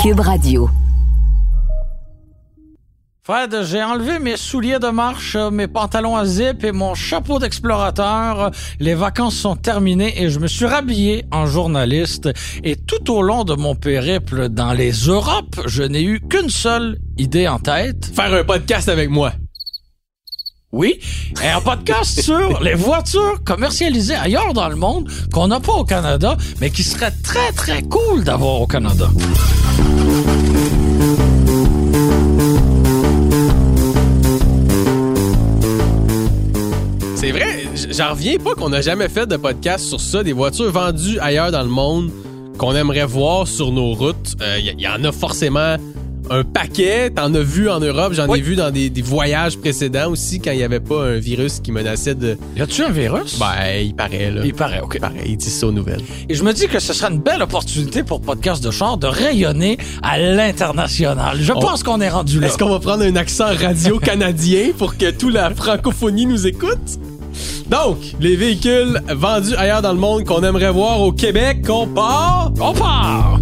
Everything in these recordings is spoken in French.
Cube Radio. Fred, j'ai enlevé mes souliers de marche, mes pantalons à zip et mon chapeau d'explorateur. Les vacances sont terminées et je me suis rhabillé en journaliste. Et tout au long de mon périple dans les Europes, je n'ai eu qu'une seule idée en tête. Faire un podcast avec moi. Oui, et un podcast sur les voitures commercialisées ailleurs dans le monde qu'on n'a pas au Canada, mais qui serait très très cool d'avoir au Canada. C'est vrai, j- j'en reviens pas qu'on n'a jamais fait de podcast sur ça, des voitures vendues ailleurs dans le monde qu'on aimerait voir sur nos routes. Il y, y en a forcément un paquet. T'en as vu en Europe, j'en Oui. ai vu dans des, des voyages précédents aussi quand il n'y avait pas un virus qui menaçait de. Y a-tu un virus? Ben, il paraît, là. Il paraît, ok. paraît, il dit ça aux nouvelles. Et je me dis que ce serait une belle opportunité pour Podcast de Char de rayonner à l'international. Je On- pense qu'on est rendu là. Oh. Est-ce qu'on va prendre un accent radio canadien pour que toute la francophonie nous écoute? Donc, les véhicules vendus ailleurs dans le monde qu'on aimerait voir au Québec, qu'on part. On part!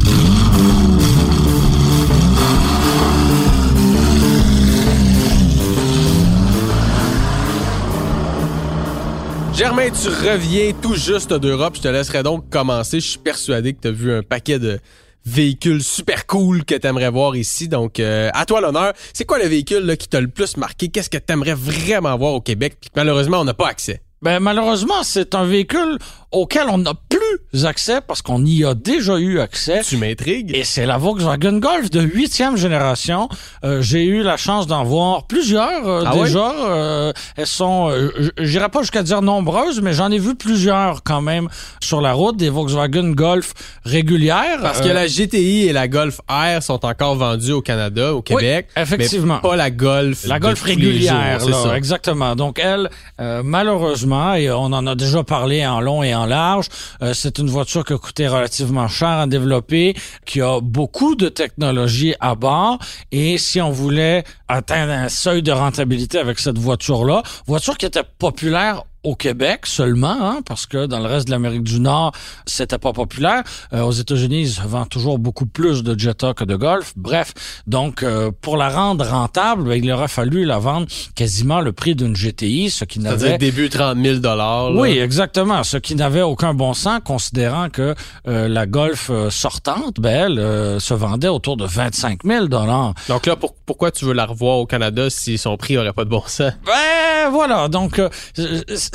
Germain, tu reviens tout juste d'Europe. Je te laisserai donc commencer. Je suis persuadé que tu as vu un paquet de véhicules super cool que tu aimerais voir ici. Donc, euh, à toi l'honneur. C'est quoi le véhicule là, qui t'a le plus marqué? Qu'est-ce que tu aimerais vraiment voir au Québec? Puis que malheureusement, on n'a pas accès. Ben, malheureusement, c'est un véhicule auquel on n'a plus accès parce qu'on y a déjà eu accès. Tu m'intrigues? Et c'est la Volkswagen Golf de huitième génération. Euh, J'ai eu la chance d'en voir plusieurs euh, Ah déjà. Euh, elles sont, euh, j- j'irai pas jusqu'à dire nombreuses, mais j'en ai vu plusieurs quand même sur la route des Volkswagen Golf régulières. Parce que Euh, la GTI et la Golf R sont encore vendues au Canada, au Québec. effectivement. Mais pas la Golf. La de golf tous les jours, régulière, c'est là, ça. exactement. Donc elle, euh, malheureusement, et on en a déjà parlé en long et en large, euh, c'est une voiture qui a coûté relativement cher à développer, qui a beaucoup de technologies à bord, et si on voulait atteindre un seuil de rentabilité avec cette voiture-là, voiture qui était populaire au Québec seulement, hein, parce que dans le reste de l'Amérique du Nord, c'était pas populaire. Euh, aux États-Unis, ils vendent toujours beaucoup plus de Jetta que de Golf. Bref, donc euh, pour la rendre rentable, ben, il aurait fallu la vendre quasiment le prix d'une GTI, ce qui C'est-à-dire n'avait début 30 000 là. oui, exactement. Ce qui n'avait aucun bon sens, considérant que euh, la Golf euh, sortante, ben, elle, euh, se vendait autour de 25 000 Donc là, pour- pourquoi tu veux la revoir au Canada si son prix aurait pas de bon sens? Ben voilà, donc euh,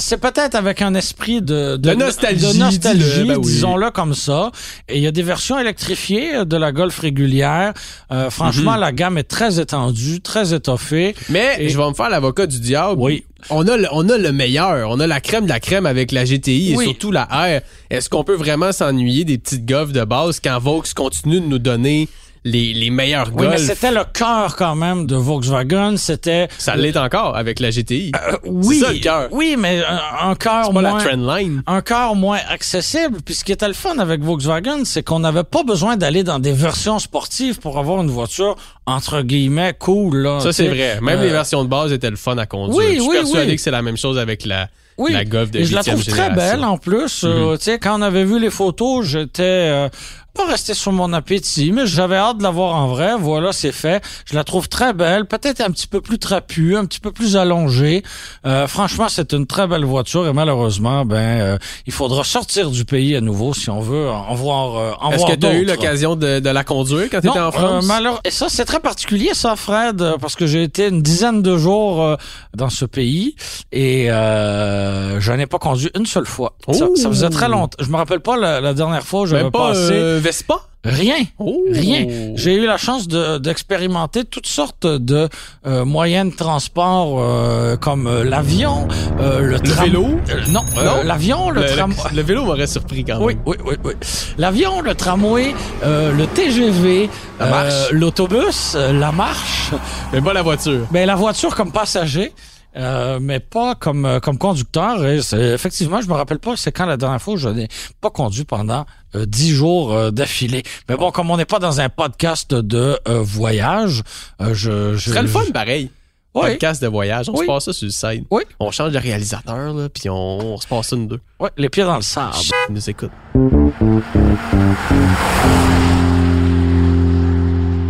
c'est peut-être avec un esprit de, De nostalgie, de nostalgie, dis-le, ben oui. disons-le comme ça. Et il y a des versions électrifiées de la Golf régulière. Euh, franchement, Mhm. la gamme est très étendue, très étoffée. Mais Et- je vais me faire l'avocat du diable. Oui. On a, le, on a le meilleur. On a la crème de la crème avec la GTI Oui. et surtout la R. Est-ce qu'on peut vraiment s'ennuyer des petites golfs de base quand Vaux continue de nous donner les, les meilleurs Oui, mais golfs? c'était le cœur quand même de Volkswagen. C'était Ça l'est encore avec la GTI. Euh, oui, ça, le cœur. oui, mais euh, un, un cœur C'est moins. pas la trendline. un cœur moins accessible. Puis ce qui était le fun avec Volkswagen, c'est qu'on n'avait pas besoin d'aller dans des versions sportives pour avoir une voiture entre guillemets cool. Là, Ça, tu c'est sais. vrai. Même Euh, les versions de base étaient le fun à conduire. oui, je suis oui, persuadé oui. que c'est la même chose avec la, Oui. la Golf de Et je la 8e trouve très génération. Mm-hmm. belle en plus. Euh, tu sais, quand on avait vu les photos, j'étais euh, pas resté sur mon appétit, mais j'avais hâte de la voir en vrai. Voilà, c'est fait. Je la trouve très belle, peut-être un petit peu plus trapue, un petit peu plus allongée. Euh, franchement, c'est une très belle voiture et malheureusement, ben, euh, il faudra sortir du pays à nouveau si on veut en voir, euh, en Est-ce voir que tu as eu d'autres. l'occasion de, de la conduire quand tu Non, étais Ah, en France? euh, malheure- Et ça, c'est très particulier, ça, Fred, euh, parce que j'ai été une dizaine de jours euh, dans ce pays et euh, je n'ai pas conduit une seule fois. Ça, Ouh. ça faisait très longtemps. Je me rappelle pas la, la dernière fois où j'avais Même pas passé. euh, Vespa? Rien. Oh. Rien. J'ai eu la chance de- d'expérimenter toutes sortes de euh, moyens de transport euh, comme euh, l'avion, euh, le, tram- vélo? Euh, non, euh, Non? l'avion, Le, le, tram. le- le vélo m'aurait surpris quand même. Oui, oui, oui, oui. L'avion, le tramway, euh, le TGV, La euh, marche. l'autobus, euh, la marche, Mais pas la voiture. ben la voiture comme passager. euh, mais pas comme euh, comme conducteur. Et c'est- effectivement, je me rappelle pas c'est quand la dernière fois où je n'ai pas conduit pendant euh, dix jours euh, d'affilée. Mais bon, comme on n'est pas dans un podcast de euh, voyage, euh, je, je Ce serait le fun pareil. Oui. Podcast de voyage. On Oui. se passe ça sur le site. Oui. On change de réalisateur, là, puis on, on se passe ça une deux. Ouais, les pieds dans le sable. Ils nous écoutent.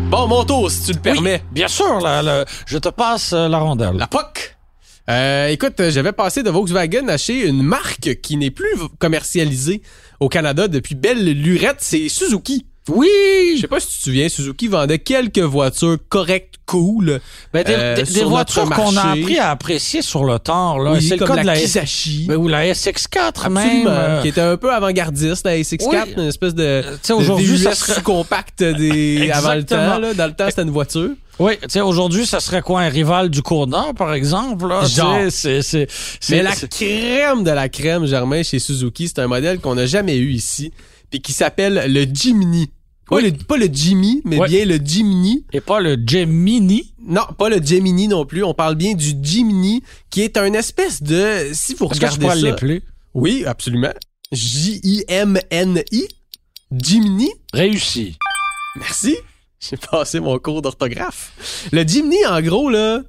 Bon, mon tour, si tu le permets. Oui, bien sûr, la- la- je te passe euh, la rondelle. La POC. Euh, écoute, euh, j'avais passé de Volkswagen à chez une marque qui n'est plus v- commercialisée au Canada depuis belle lurette, c'est Suzuki. Je Oui, sais pas si tu te souviens, Suzuki vendait quelques voitures correctes, cool. Ben, des, euh, des- des sur notre voitures qu'on a marché. appris à apprécier sur le temps. Là. Oui, c'est le comme cas de la S- Kizashi. ben, ou la SX4 même. Absolument, euh, qui était un peu avant-gardiste, la SX4, Oui. une espèce de, Euh, tu sais, aujourd'hui, ça serait- compact des avant le Exactement. temps. là. Dans le temps, c'était une voiture. Oui, tu sais, aujourd'hui, ça serait quoi un rival du cours d'or, par exemple? Là, tu sais, Genre. c'est, c'est, Mais c'est- la c'est- crème de la crème, Germain, chez Suzuki, c'est un modèle qu'on n'a jamais eu ici, puis qui s'appelle le Jimny. Pas, Oui. le, pas le Jimmy, mais Ouais. bien le Jimny. Et pas le Gemini. Non, pas le Gemini non plus. On parle bien du Jimny, qui est un espèce de... Si vous Est-ce que tu regardez pourrais ça... l'appeler? Oui, absolument. J-I-M-N-I. Jimny. Réussi. Merci. J'ai passé mon cours d'orthographe. Le Jimny, en gros, là,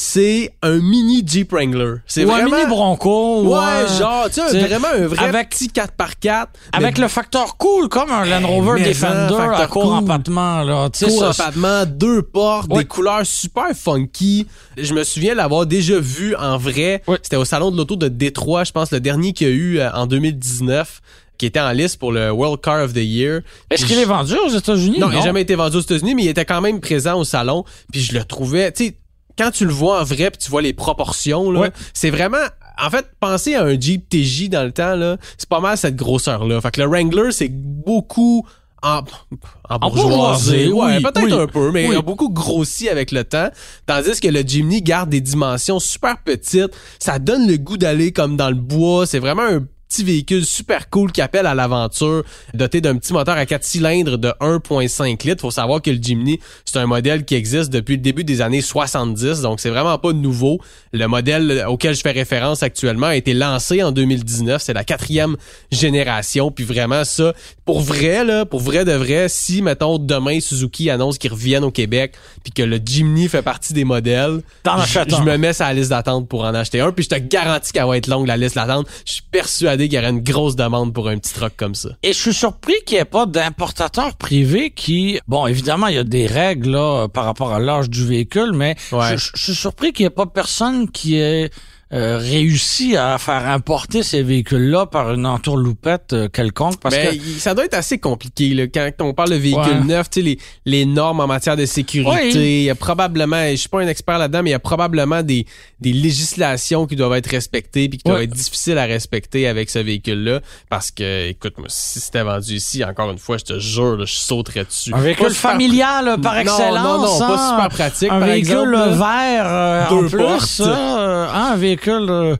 c'est un mini Jeep Wrangler. C'est Ou vraiment... un mini Bronco. ou Ouais, un- genre, tu sais, t'sais, vraiment un vrai avec- petit 4x4. Avec le facteur cool, comme un Land Rover mais Defender un à facteur court cool. empattement, là. Tu sais, cours ça- en pavement, deux portes, Ouais. des couleurs super funky. Je me souviens l'avoir déjà vu en vrai. Ouais. C'était au salon de l'auto de Détroit, je pense, le dernier qu'il y a eu euh, en 2019 qui était en liste pour le World Car of the Year. Est-ce qu'il Je- est vendu aux États-Unis? Non, il n'a jamais été vendu aux États-Unis, mais il était quand même présent au salon. Puis je le trouvais, tu sais, quand tu le vois en vrai, puis tu vois les proportions, là, Ouais. c'est vraiment. En fait, pensez à un Jeep TJ dans le temps, là, c'est pas mal cette grosseur-là. Fait que le Wrangler, c'est beaucoup en, en bourgeoisie. bourgeoisie, Ouais, oui, peut-être oui. un peu, mais Oui. il a beaucoup grossi avec le temps. Tandis que le Jimny garde des dimensions super petites. Ça donne le goût d'aller comme dans le bois. C'est vraiment un petit véhicule super cool qui appelle à l'aventure, doté d'un petit moteur à 4 cylindres de 1.5 litres. Faut savoir que le Jimny, c'est un modèle qui existe depuis le début des années 70, donc c'est vraiment pas nouveau. Le modèle auquel je fais référence actuellement a été lancé en 2019, c'est la quatrième génération, puis vraiment ça, pour vrai là, pour vrai de vrai, si mettons demain Suzuki annonce qu'ils reviennent au Québec, puis que le Jimny fait partie des modèles, T'en je- achètes je, un. me mets sur la liste d'attente pour en acheter un, puis je te garantis qu'elle va être longue la liste d'attente. Je suis persuadé qu'il y aurait une grosse demande pour un petit truck comme ça. Et je suis surpris qu'il n'y ait pas d'importateurs privés qui... Bon, évidemment, il y a des règles là, par rapport à l'âge du véhicule, mais Ouais. je, je- je suis surpris qu'il n'y ait pas personne qui ait euh, réussi à faire importer ces véhicules-là par une entourloupette euh, quelconque. Parce Mais que... il- ça doit être assez compliqué là, quand on parle de véhicule Ouais. neuf, tu sais, les, les normes en matière de sécurité. Oui. Il y a probablement, je suis pas un expert là-dedans, mais il y a probablement des, des législations qui doivent être respectées puis qui doivent Ouais. être difficiles à respecter avec ce véhicule-là. Parce que, écoute, moi, si c'était vendu ici, encore une fois, je te jure, là, je sauterais dessus. Un véhicule Pas super- familial euh, par Non, excellence. Non, non, pas hein. super pratique. Un par véhicule exemple, euh, là. vert euh, en Deux plus, portes. euh, hein, un véhicule euh,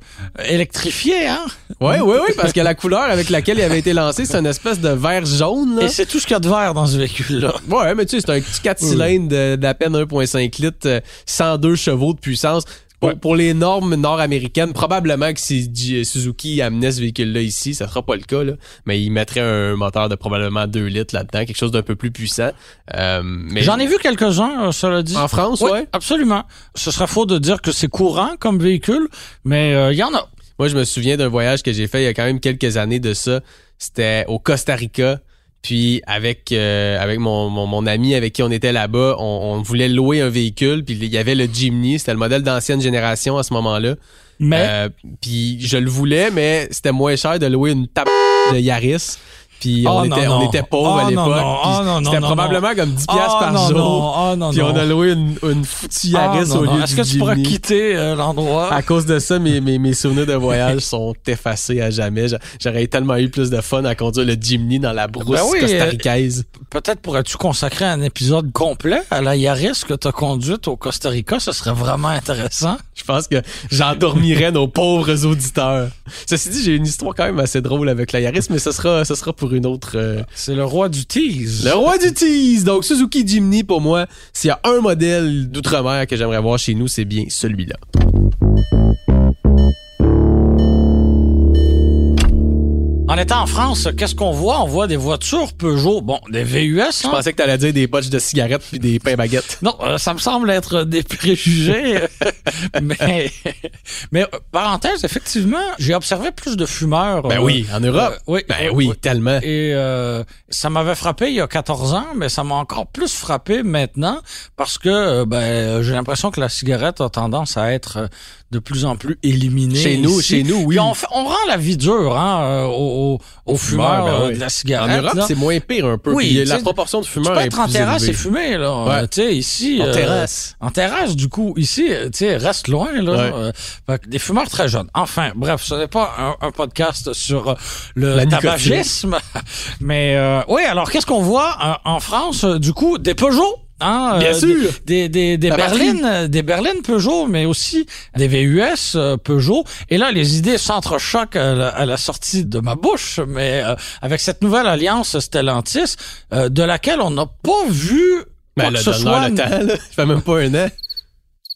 électrifié, hein? Oui, oui, oui, parce que la couleur avec laquelle il avait été lancé, c'est une espèce de vert jaune. Là. Et c'est tout ce qu'il y a de vert dans ce véhicule-là. Ouais, mais tu sais, c'est un petit 4 Oui. cylindres de- d'à peine 1,5 litres, euh, 102 chevaux de puissance. Pour, Ouais. pour les normes nord-américaines, probablement que si J- Suzuki amenait ce véhicule-là ici, ça sera pas le cas, là, mais il mettrait un moteur de probablement 2 litres là-dedans, quelque chose d'un peu plus puissant. Euh, mais Ah J'en ai vu quelques-uns, euh, cela dit. En France, Oui, ouais. absolument. Ce serait faux de dire que c'est courant comme véhicule, mais euh, il y en a. Moi, je me souviens d'un voyage que j'ai fait il y a quand même quelques années de ça. C'était au Costa Rica. Puis avec euh, avec mon, mon, mon ami avec qui on était là-bas, on, on voulait louer un véhicule. Puis il y avait le Jimny, c'était le modèle d'ancienne génération à ce moment-là. Mais Euh, puis je le voulais, mais c'était moins cher de louer une table de Yaris Puis Oh, on, non, était, non. on était pauvres Oh, non, à l'époque. non. puis Oh, non, non, C'était non, probablement comme 10$ Ah, par non, jour. non. Ah, non, puis non. on a loué une, une foutillasse Ah, non, au non. lieu Est-ce du que tu pourras Jimny. quitter euh, l'endroit? À cause de ça, mes, mes, mes souvenirs de voyage sont effacés à jamais. J'a- J'aurais tellement eu plus de fun à conduire le Jimny dans la brousse Ben oui, costaricaise. Peut-être pourrais-tu consacrer un épisode complet à la Yaris que t'as conduite au Costa Rica. Ce serait vraiment intéressant. Je pense que j'endormirais nos pauvres auditeurs. Ceci dit, j'ai une histoire quand même assez drôle avec la Yaris, mais ce sera, ce sera pour une autre... euh, C'est le roi du tease. Le roi du tease! Donc, Suzuki Jimny, pour moi, s'il y a un modèle d'outre-mer que j'aimerais voir chez nous, c'est bien celui-là. En étant en France, qu'est-ce qu'on voit? On voit des voitures Peugeot, bon, des VUS. Je hein? pensais que t'allais dire des botches de cigarettes puis des pains baguettes. Non, euh, ça me semble être des préjugés. mais, mais euh, parenthèse, effectivement, j'ai observé plus de fumeurs. Ben euh, oui, en Europe. euh, oui, Ben euh, oui, tellement. Et euh, ça m'avait frappé il y a 14 ans, mais ça m'a encore plus frappé maintenant parce que euh, ben, j'ai l'impression que la cigarette a tendance à être euh, de plus en plus éliminée. Chez nous, ici. chez nous, oui. Puis on, fait- on rend la vie dure hein, euh, aux, aux- aux fumeurs ben euh, oui. de la En cigarette. Europe, là. c'est moins pire un peu. Oui, Puis tu la sais, proportion de tu fumeurs peux est être en plus terrasse élevée. et fumer là. Euh, tu sais, ici. En euh, terrasse. En terrasse, du coup, ici, euh, tu sais, reste loin là. Ouais. Euh, fait que des fumeurs très jeunes. Enfin, bref, ce n'est pas un, un podcast sur euh, le La tabagisme, mais euh, oui. Alors, qu'est-ce qu'on voit euh, en France euh, Du coup, des Peugeot. Hein, Bien sûr. Des, des, des La berlines, euh, des berlines Peugeot, mais aussi des VUS euh, Peugeot. Et là, les idées s'entrechoquent à, la- à la sortie de ma bouche, mais euh, avec cette nouvelle alliance Stellantis, euh, de laquelle on n'a pas vu Ben, quoi que là, ce donne-leur soit. le temps, là. Ça fait même pas un an.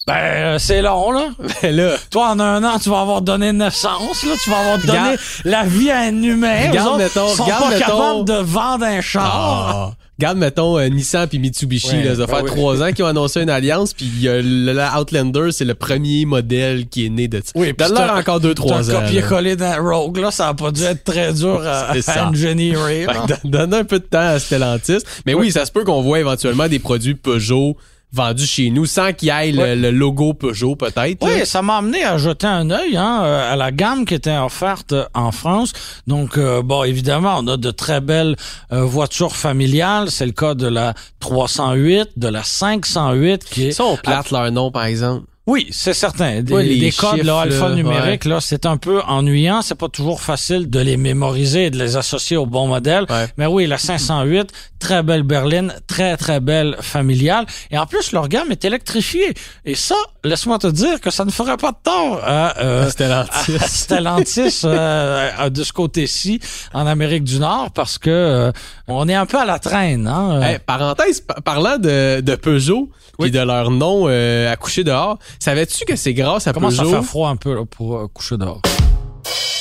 Ben, euh, c'est long, là. Ben là, Toi, en un an, tu vas avoir donné naissance, là. Tu vas avoir donné Regarde. la vie à un humain. Regarde, Eux autres mettons, sont regarde, pas mettons. capables de vendre un char. Ah. Regarde, mettons, euh, Nissan puis Mitsubishi, Ouais, là, ça ben fait oui. trois ans qu'ils ont annoncé une alliance, puis euh, le- la Outlander, c'est le premier modèle qui est né de ça. Oui, puis Donne-leur c'est un- encore deux, T'as trois ans. là. copié-collé d'un Rogue, là. Ça a pas dû être très dur à, C'est ça. à engineer, Fait là. que don- Donne un peu de temps à Stellantis. Mais oui, ça se peut qu'on voit éventuellement des produits Peugeot vendus chez nous sans qu'il y ait le, Ouais. le logo Peugeot, peut-être. là. Oui, ça m'a amené à jeter un œil hein, euh, à la gamme qui était offerte euh, en France. Donc, euh, bon, évidemment, on a de très belles euh, voitures familiales. C'est le cas de la 308, de la 508 qui est... Ça, on plate leur nom, par exemple. Oui, c'est certain. Des, Ouais, les des codes chiffres, là, là, alphanumériques, là, c'est un peu ennuyant. C'est pas toujours facile de les mémoriser et de les associer au bon modèle. Ouais. Mais oui, la 508, très belle berline, très, très belle familiale. Et en plus, leur gamme est électrifiée. Et ça, laisse-moi te dire que ça ne ferait pas de tort à... euh, Stellantis. à Stellantis euh, à- de ce côté-ci en Amérique du Nord parce que euh, on est un peu à la traîne hein. Hey, parenthèse, pa- parlant de, de Peugeot et Oui. de leur nom euh, accouché dehors, savais-tu que c'est grâce à Comment ça Peugeot? fait froid un peu là, pour euh, coucher dehors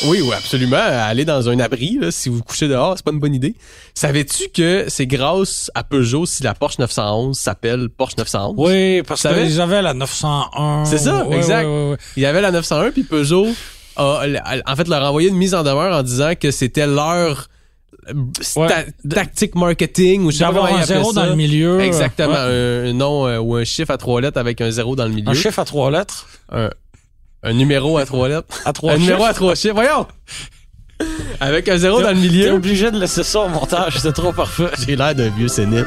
Oui, oui, absolument. Aller dans un abri, là, si vous couchez dehors, c'est pas une bonne idée. Savais-tu que c'est grâce à Peugeot si la Porsche 911 s'appelle Porsche 911? Oui, parce Savais- qu'ils avaient la 901. C'est ça, Ouais, exact. ouais, ouais, ouais. Il y avait la 901, puis Peugeot a, en fait, leur a envoyé une mise en demeure en disant que c'était leur euh, sta- Ouais. tactique marketing ou je sais pas D'avoir comment un ils appellent zéro ça. dans le milieu. euh, Exactement, Ouais. un, un nom euh, ou un chiffre à trois lettres avec un zéro dans le milieu. Un chiffre à trois lettres. un, un numéro à trois lettres. À trois un numéro à chiffres. trois chiffres. Voyons! Avec un zéro dans le T'es milieu. obligé de laisser ça au montage, c'est trop parfait. J'ai l'air d'un vieux sénile.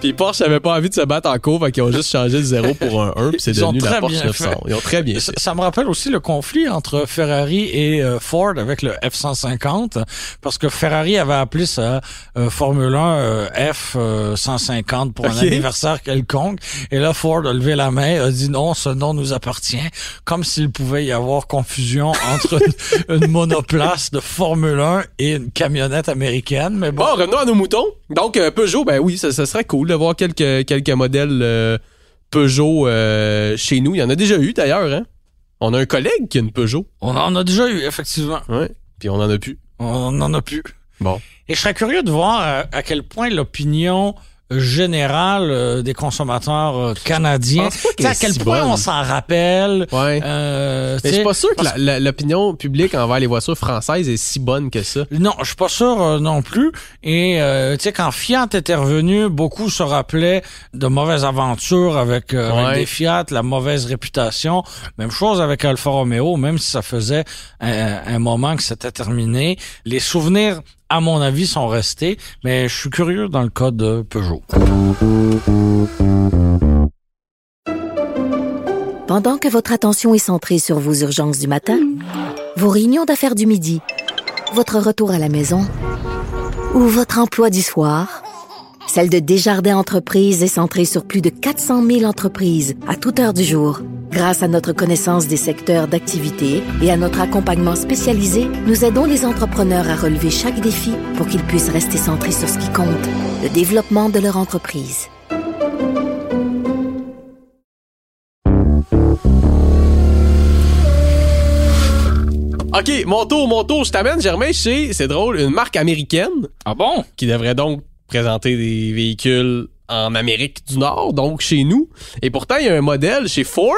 Puis Porsche n'avait pas envie de se battre en cours, fait qu'ils ont juste changé le zéro pour un 1, puis c'est Ils ont devenu la très Porsche bien 900. fait. Ils ont très bien Ça, fait. ça me rappelle aussi le conflit entre Ferrari et euh, Ford avec le F-150, parce que Ferrari avait appelé ça euh, Formule 1 F-150 pour un Ok. anniversaire quelconque, et là Ford a levé la main, a dit non, ce nom nous appartient, comme s'il pouvait y avoir confusion entre une, une monoplace de Formule 1 et une camionnette américaine, mais bon. Bon, revenons à nos moutons. Donc, euh, Peugeot, ben oui, ça, ça serait cool de voir quelques, quelques modèles euh, Peugeot euh, chez nous. Il y en a déjà eu d'ailleurs, hein? On a un collègue qui a une Peugeot, On en a déjà eu, effectivement. ouais. Puis on en a plus. On n'en a plus. Bon. Et je serais curieux de voir euh, à quel point l'opinion générale euh, des consommateurs euh, canadiens, Je pense pas qu'elle tu sais, à est quel si point bonne. on s'en rappelle. Ouais. euh, tu Mais je sais, suis pas sûr que la- la- l'opinion publique envers les voitures françaises est si bonne que ça. Non, je suis pas sûr euh, non plus. Et euh, tu sais, quand Fiat était revenu, beaucoup se rappelaient de mauvaises aventures avec, euh, avec Ouais. des Fiat, la mauvaise réputation. Même chose avec Alfa Romeo, même si ça faisait un, un moment que c'était terminé. Les souvenirs à mon avis, sont restés, mais je suis curieux dans le cas de Peugeot. Pendant que votre attention est centrée sur vos urgences du matin, vos réunions d'affaires du midi, votre retour à la maison ou votre emploi du soir, celle de Desjardins Entreprises est centrée sur plus de 400 000 entreprises à toute heure du jour. Grâce à notre connaissance des secteurs d'activité et à notre accompagnement spécialisé, nous aidons les entrepreneurs à relever chaque défi pour qu'ils puissent rester centrés sur ce qui compte, le développement de leur entreprise. OK, mon tour, mon tour. Je t'amène, Germain, chez, c'est drôle, une marque américaine Ah bon? qui devrait donc présenter des véhicules en Amérique du Nord, donc chez nous. Et pourtant, il y a un modèle chez Ford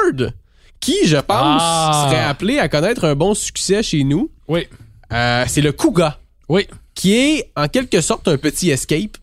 qui, je pense, Ah. serait appelé à connaître un bon succès chez nous. Oui. Euh, c'est le Kuga, Oui. qui est en quelque sorte un petit escape.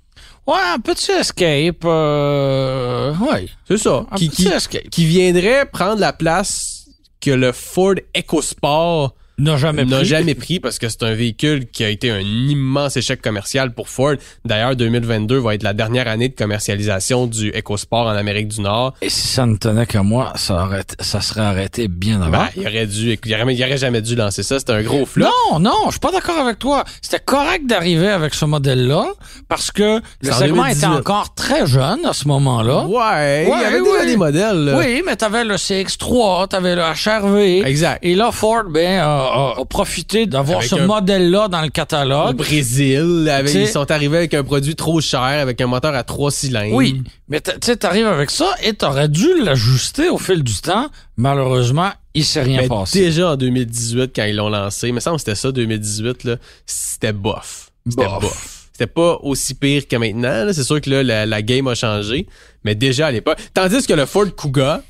Ouais, un petit escape. Euh... Ouais. C'est ça. Un Qui, petit qui, escape. qui viendrait prendre la place que le Ford EcoSport N'a jamais n'a pris. jamais pris parce que c'est un véhicule qui a été un immense échec commercial pour Ford. D'ailleurs, 2022 va être la dernière année de commercialisation du EcoSport en Amérique du Nord. Et si ça ne tenait qu'à moi, ça, aurait, ça serait arrêté bien avant. Ben, il aurait dû, il aurait, il aurait jamais dû lancer ça. C'était un gros flop. Non, non, je suis pas d'accord avec toi. C'était correct d'arriver avec ce modèle-là parce que le C'est en segment 2018. était encore très jeune à ce moment-là. Ouais, il y avait Ouais, déjà ouais. des modèles. là. Oui, mais t'avais le CX3, t'avais le HRV. Exact. Et là, Ford, ben, a, a- a profité d'avoir Avec ce un- modèle-là dans le Au catalogue. Brésil, avec- Tu sais- ils sont arrivés avec un produit trop cher, avec un moteur à trois cylindres. Oui, mais t- tu sais, t'arrives avec ça et t'aurais dû l'ajuster au fil du temps. Malheureusement, il s'est rien Mais passé. déjà en 2018, quand ils l'ont lancé, il me semble que c'était ça, 2018, là, c'était bof. C'était Bof. bof. C'était pas aussi pire que maintenant. là. C'est sûr que là, la, la game a changé, mais déjà à l'époque. Tandis que le Ford Kuga,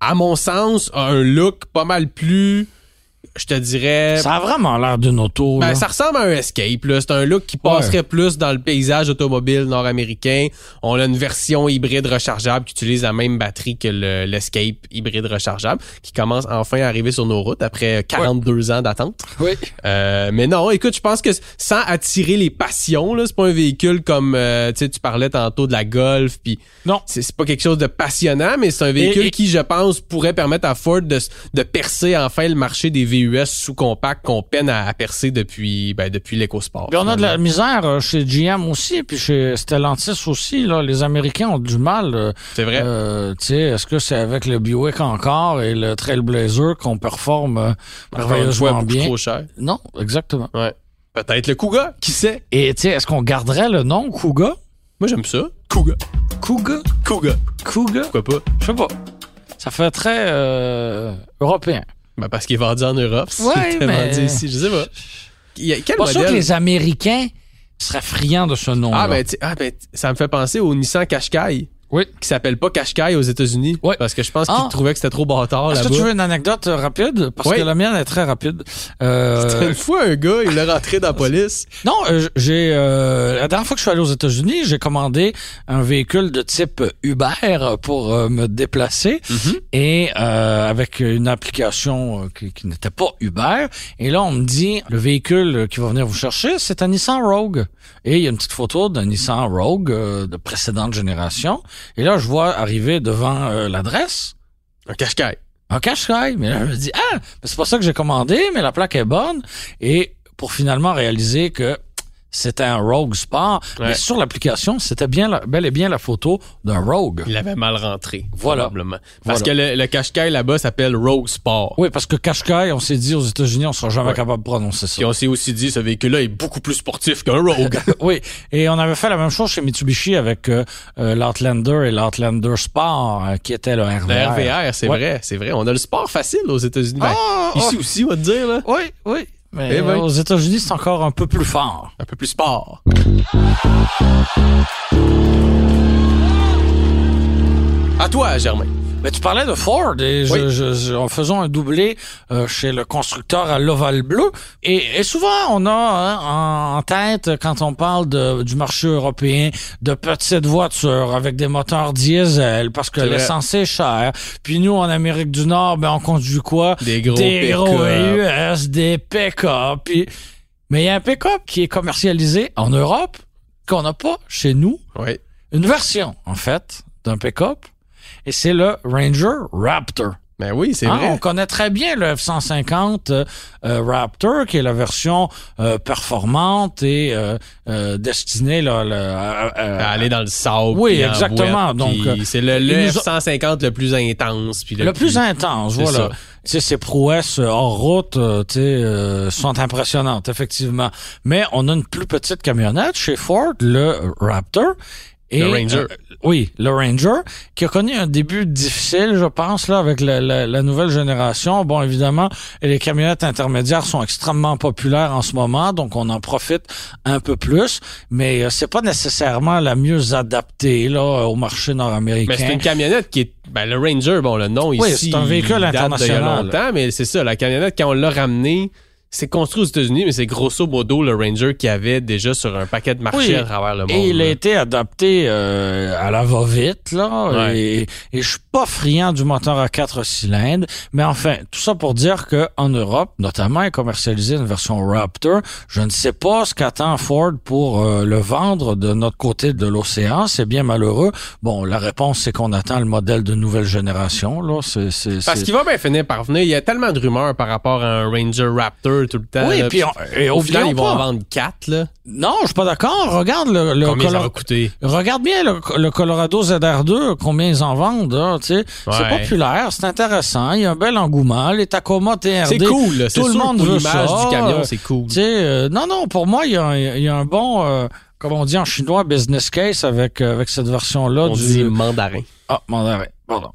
à mon sens, a un look pas mal plus, je te dirais... Ça a vraiment l'air d'une auto. Ben, là. ça ressemble à un escape. là. C'est un look qui passerait plus dans le paysage automobile nord-américain. On a une version hybride rechargeable qui utilise la même batterie que le- l'escape hybride rechargeable qui commence enfin à arriver sur nos routes après 42 ans d'attente. Oui. Euh, mais non, écoute, je pense que sans attirer les passions, là, c'est pas un véhicule comme euh, tu sais, tu parlais tantôt de la Golf, puis Non. c'est c'est pas quelque chose de passionnant, mais c'est un véhicule et- qui, je pense, pourrait permettre à Ford de, s- de percer enfin le marché des VUS sous compact qu'on peine à, à percer depuis ben, depuis l'EcoSport. Puis on a de la misère euh, chez GM aussi, puis chez Stellantis aussi. Là, les Américains ont du mal. euh, C'est vrai. euh, tu sais, Est-ce que c'est avec le Buick encore et le Trailblazer qu'on performe euh, Encore une fois, merveilleusement beaucoup bien? trop cher. Non, exactement. Ouais. Peut-être le Kuga, qui sait? Et tu sais, est-ce qu'on garderait le nom Kuga? Moi, j'aime ça. Kuga. Kuga? Kuga. Kuga? Pourquoi pas? Je sais pas. Ça fait très euh, européen. Ben, parce qu'il est vendu en Europe. s'il Ouais, était mais- vendu ici, je sais pas. Il y a- quel Pas sûr que modèle? les Américains seraient friands de ce nom. Ah ben, tu- ah, ben, tu- ça me fait penser au Nissan Qashqai oui. qui s'appelle pas Qashqai aux États-Unis Ouais. parce que je pense Ah. qu'ils trouvaient que c'était trop bâtard Est-ce là-bas. que tu veux une anecdote euh, rapide? Parce Oui. que la mienne est très rapide. Euh, Une fois un gars, il est rentré dans la police. Non, euh, j'ai euh, la dernière fois que je suis allé aux États-Unis, j'ai commandé un véhicule de type Uber euh, pour euh, me déplacer et euh, avec une application euh, qui, qui n'était pas Uber. Et là, on me dit le véhicule qui va venir vous chercher, c'est un Nissan Rogue. Et il y a une petite photo d'un Nissan Rogue euh, de précédente génération. Et là, je vois arriver devant euh, l'adresse Un Qashqai. un cache-caille. Ah, Mais là, je me dis, ah, mais c'est pas ça que j'ai commandé, mais la plaque est bonne. Et pour finalement réaliser que c'était un Rogue Sport. Mais Ouais. sur l'application, c'était bien la- bel et bien la photo d'un Rogue. Il avait mal rentré. Voilà. Probablement. Parce Voilà. que le, le Qashqai là-bas s'appelle Rogue Sport. Oui, parce que cache-caille, on s'est dit aux États-Unis, on sera jamais Ouais. capable de prononcer ça. Puis on s'est aussi dit, ce véhicule-là est beaucoup plus sportif qu'un Rogue. Oui, et on avait fait la même chose chez Mitsubishi avec euh, euh, l'Outlander et l'Outlander Sport, euh, qui était le RVR. le RVR, c'est Ouais. vrai, c'est vrai. On a le sport facile aux États-Unis. Ben, Ah, ah, ici aussi, on va te dire, là. Oui, oui. Mais Eh ben. aux États-Unis, c'est encore un peu plus fort. Un peu plus sport. À toi, Germain. Mais tu parlais de Ford et je- Oui. je- je- en faisant un doublé euh, chez le constructeur à l'Oval Bleu. Et, et souvent, on a hein, en, en tête, quand on parle de- du marché européen, de petites voitures avec des moteurs diesel parce que C'est vrai. l'essence est chère. Puis nous, en Amérique du Nord, ben, on conduit quoi? Des gros des pick-up. gros US, des pick-up. Puis Mais il y a un pick-up qui est commercialisé en Europe qu'on n'a pas chez nous. Oui. Une version, en fait, d'un pick-up. Et c'est le Ranger Raptor. Ben oui, c'est Hein, vrai. on connaît très bien le F-150 euh, euh, Raptor, qui est la version euh, performante et euh, euh, destinée là, là, à- à- À aller dans le sable. Oui, puis en exactement. boîte, puis Donc, euh, c'est le, ils le nous ont- F-150 le plus intense. Puis le, le plus intense, c'est voilà. ça. Tu sais, ces prouesses euh, hors route euh, tu sais, euh, sont impressionnantes, effectivement. Mais on a une plus petite camionnette chez Ford, le Raptor. Et, euh, Le Ranger. oui, le Ranger, qui a connu un début difficile, je pense, là, avec la, la- la nouvelle génération. Bon, évidemment, les camionnettes intermédiaires sont extrêmement populaires en ce moment, donc on en profite un peu plus. Mais euh, c'est pas nécessairement la mieux adaptée là au marché nord-américain. Mais c'est une camionnette qui est. Ben, le Ranger, bon, le nom Oui, ici. c'est un véhicule il date international. d'il y a longtemps, mais c'est ça. La camionnette, quand on l'a ramenée, c'est construit aux États-Unis, mais c'est grosso modo le Ranger qu'il y avait déjà sur un paquet de marchés Oui, à travers le monde. Et il a là. été adapté euh, à la va-vite, là. Ouais. Et, et je suis pas friand du moteur à quatre cylindres. Mais enfin, tout ça pour dire que en Europe, notamment, est commercialisé une version Raptor. Je ne sais pas ce qu'attend Ford pour euh, le vendre de notre côté de l'océan. C'est bien malheureux. Bon, la réponse, c'est qu'on attend le modèle de nouvelle génération, là. C'est, c'est, Parce c'est- qu'il va bien finir par venir. Il y a tellement de rumeurs par rapport à un Ranger Raptor tout le temps. Oui, là, puis on- et Euh, au final, oublions ils vont pas. en vendre 4. Là. Non, je suis pas d'accord. Regarde le, le Combien ça color- va coûter? Regarde bien le, le Colorado ZR2, combien ils en vendent. Là, tu sais. C'est Ouais. populaire, c'est intéressant, il y a un bel engouement. Les Tacoma TRD, C'est cool. là. C'est tout le sûr monde pour veut l'image ça. du Euh, camion, c'est cool. tu sais, euh, non, non, pour moi, il y a un, il y a un bon, euh, comme on dit en chinois, business case avec, euh, avec cette version-là On du... dit euh, mandarin. Ah, mandarin, pardon.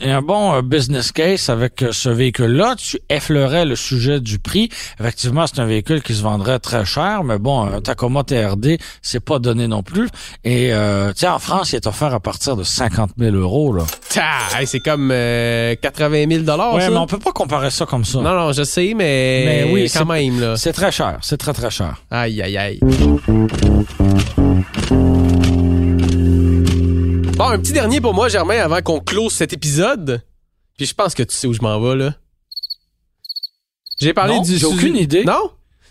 Il y a un bon euh, business case avec euh, ce véhicule-là. Tu effleurais le sujet du prix. Effectivement, c'est un véhicule qui se vendrait très cher, mais bon, un Tacoma TRD, c'est pas donné non plus. Et euh, tu sais, en France, il est offert à partir de 50 000 euros. Là. Ta! Hey, c'est comme euh, 80 000 dollars. ouais, mais on peut pas comparer ça comme ça. Non, non, je sais, mais, Mais oui, c'est- quand même. Là. C'est très cher, c'est très très cher. Aïe, aïe, aïe. Bon, un petit dernier pour moi, Germain, avant qu'on close cet épisode. Puis je pense que tu sais où je m'en vais, là. J'ai parlé Non, du. j'ai Suzuki- aucune idée. Non?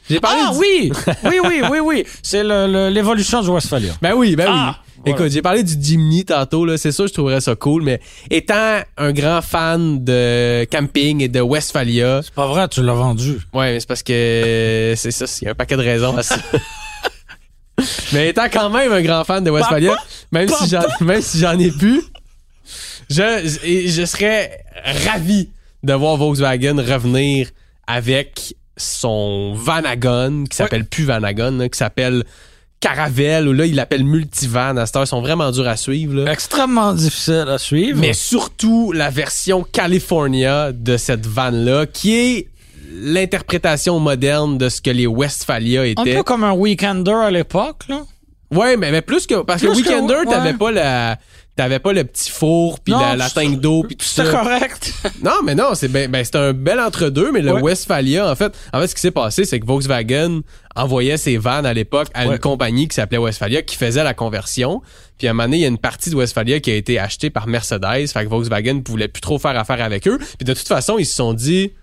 J'ai parlé ah du- oui, oui, oui, oui, oui. C'est le- le- l'évolution du Westphalia. Ben oui, ben Ah, oui. voilà. Écoute, j'ai parlé du Jimny tantôt, là. C'est sûr, je trouverais ça cool, mais étant un grand fan de camping et de Westphalia, Pas vrai, tu l'as vendu. Ouais, mais c'est parce que c'est ça, il y a un paquet de raisons à ça. mais étant quand même un grand fan de Westphalia, même si j'en même si j'en ai plus, je, je, je serais ravi de voir Volkswagen revenir avec son Vanagon qui s'appelle plus Vanagon, là, qui s'appelle Caravelle ou là il l'appelle Multivan à cette heure, ils sont vraiment durs à suivre là. Extrêmement difficile à suivre. Mais surtout la version California de cette vanne-là, qui est l'interprétation moderne de ce que les Westphalia un étaient. peu comme un Weekender à l'époque, là. Ouais, mais, mais plus que. Parce que Plus que- Weekender, ouais. t'avais pas la. T'avais pas le petit four, puis Non, la, la c'est- teinte d'eau, puis tout ça. C'est correct. Non, mais non, c'est ben, ben, c'est un bel entre-deux, mais le Ouais. Westphalia, en fait, en fait, ce qui s'est passé, c'est que Volkswagen envoyait ses vannes à l'époque à Ouais. une compagnie qui s'appelait Westphalia qui faisait la conversion. Puis à un moment donné, il y a une partie de Westphalia qui a été achetée par Mercedes, fait que Volkswagen ne voulait plus trop faire affaire avec eux. Puis de toute façon, ils se sont dit,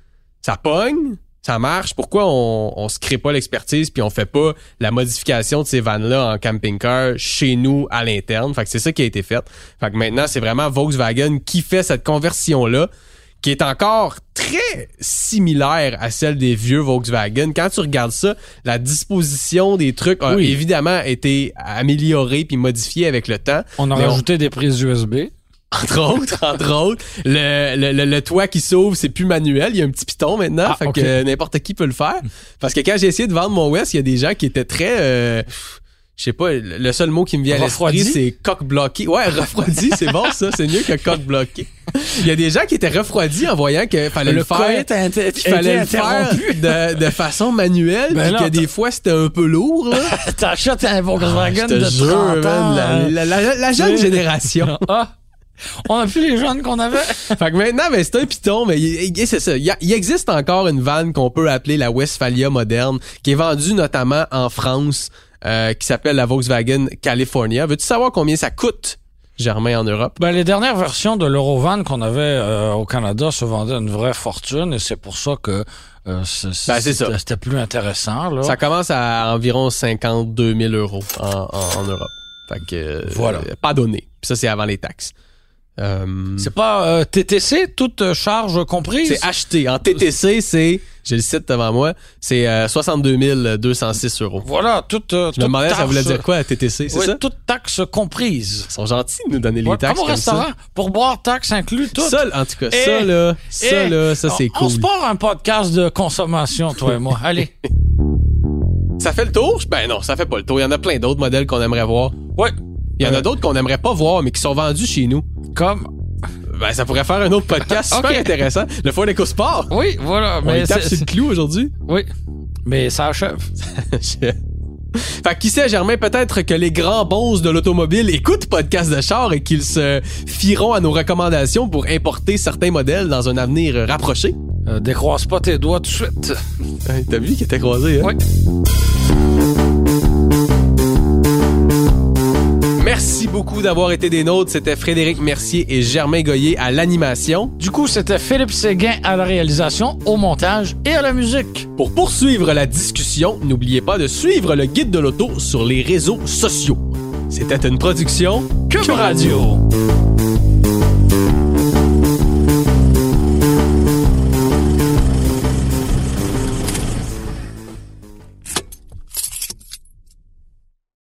ça pogne, ça marche, pourquoi on, on se crée pas l'expertise puis on fait pas la modification de ces vannes-là en camping-car chez nous à l'interne. Fait que c'est ça qui a été fait. Fait que maintenant, c'est vraiment Volkswagen qui fait cette conversion-là qui est encore très similaire à celle des vieux Volkswagen. Quand tu regardes ça, la disposition des trucs a Oui. évidemment été améliorée puis modifiée avec le temps. On a Mais rajouté des prises USB. Entre autres, entre autres, le, le, le- le toit qui s'ouvre, c'est plus manuel. Il y a un petit piton maintenant. Ah, fait ok. que euh, n'importe qui peut le faire. Parce que quand j'ai essayé de vendre mon West, il y a des gens qui étaient très... euh, je sais pas, le le seul mot qui me vient à l'esprit, Refroidi? c'est coq bloqué. Ouais, refroidi, c'est bon ça, c'est mieux que coq bloqué. Il y a des gens qui étaient refroidis en voyant qu'il fallait le, faire qu'il fallait le faire de, de façon manuelle, Ben puis là, que des fois c'était un peu lourd. là. T'achètes un Volkswagen Ah, Je te de 30 jure, ans. man, la, la- la- la jeune C'est- génération. Ah, on a plus les jeunes qu'on avait. fait que maintenant, ben, c'est un piton, mais il- il- c'est ça. Il, y a- il existe encore une vanne qu'on peut appeler la Westphalia moderne, qui est vendue notamment en France, euh, qui s'appelle la Volkswagen California. Veux-tu savoir combien ça coûte, Germain, en Europe? Ben, les dernières versions de l'Eurovan qu'on avait euh, au Canada se vendaient une vraie fortune et c'est pour ça que euh, Ben, c'est ça. c'était- C'était plus intéressant. Là. Ça commence à environ 52 000 euros en, en- en Europe. Fait que, euh, Voilà. Pas donné. Puis ça, c'est avant les taxes. Euh, C'est pas euh, TTC, toute euh, charge comprise? c'est acheté. En TTC, c'est, j'ai le site devant moi, c'est euh, 62 206 euros. Voilà, toute, euh, Je me toute demandais, ça taxe- voulait dire quoi, TTC, c'est Oui, ça? toute taxe comprise. Ils sont gentils de nous donner les Ouais, taxes. comme au comme ça. restaurant, pour boire, taxe inclus, tout. Ça, en tout cas, Eh, ça, là, Eh, ça, là, ça, c'est on- On se cool. part un podcast de consommation, toi et moi. Allez. Ça fait le tour? Ben non, ça fait pas le tour. Il y en a plein d'autres modèles qu'on aimerait voir. Ouais. Il y en Euh, a d'autres qu'on aimerait pas voir, mais qui sont vendus chez nous. Comme. Ben, ça pourrait faire un autre podcast super Ok. intéressant. Le Foire d'éco-sport. Oui, voilà. On Mais y tape c'est- sur le clou aujourd'hui. Oui. Mais ça achève. Je- Fait que qui sait, Germain, peut-être que les grands bons de l'automobile écoutent Podcast de Char et qu'ils se fieront à nos recommandations pour importer certains modèles dans un avenir euh, rapproché. Euh, décroise pas tes doigts tout de suite. Hey, T'as vu qu'il était croisé, hein? Oui. Merci beaucoup d'avoir été des nôtres. C'était Frédéric Mercier et Germain Goyer à l'animation. Du coup, c'était Philippe Séguin à la réalisation, au montage et à la musique. Pour poursuivre la discussion, n'oubliez pas de suivre le guide de l'auto sur les réseaux sociaux. C'était une production Cube Radio.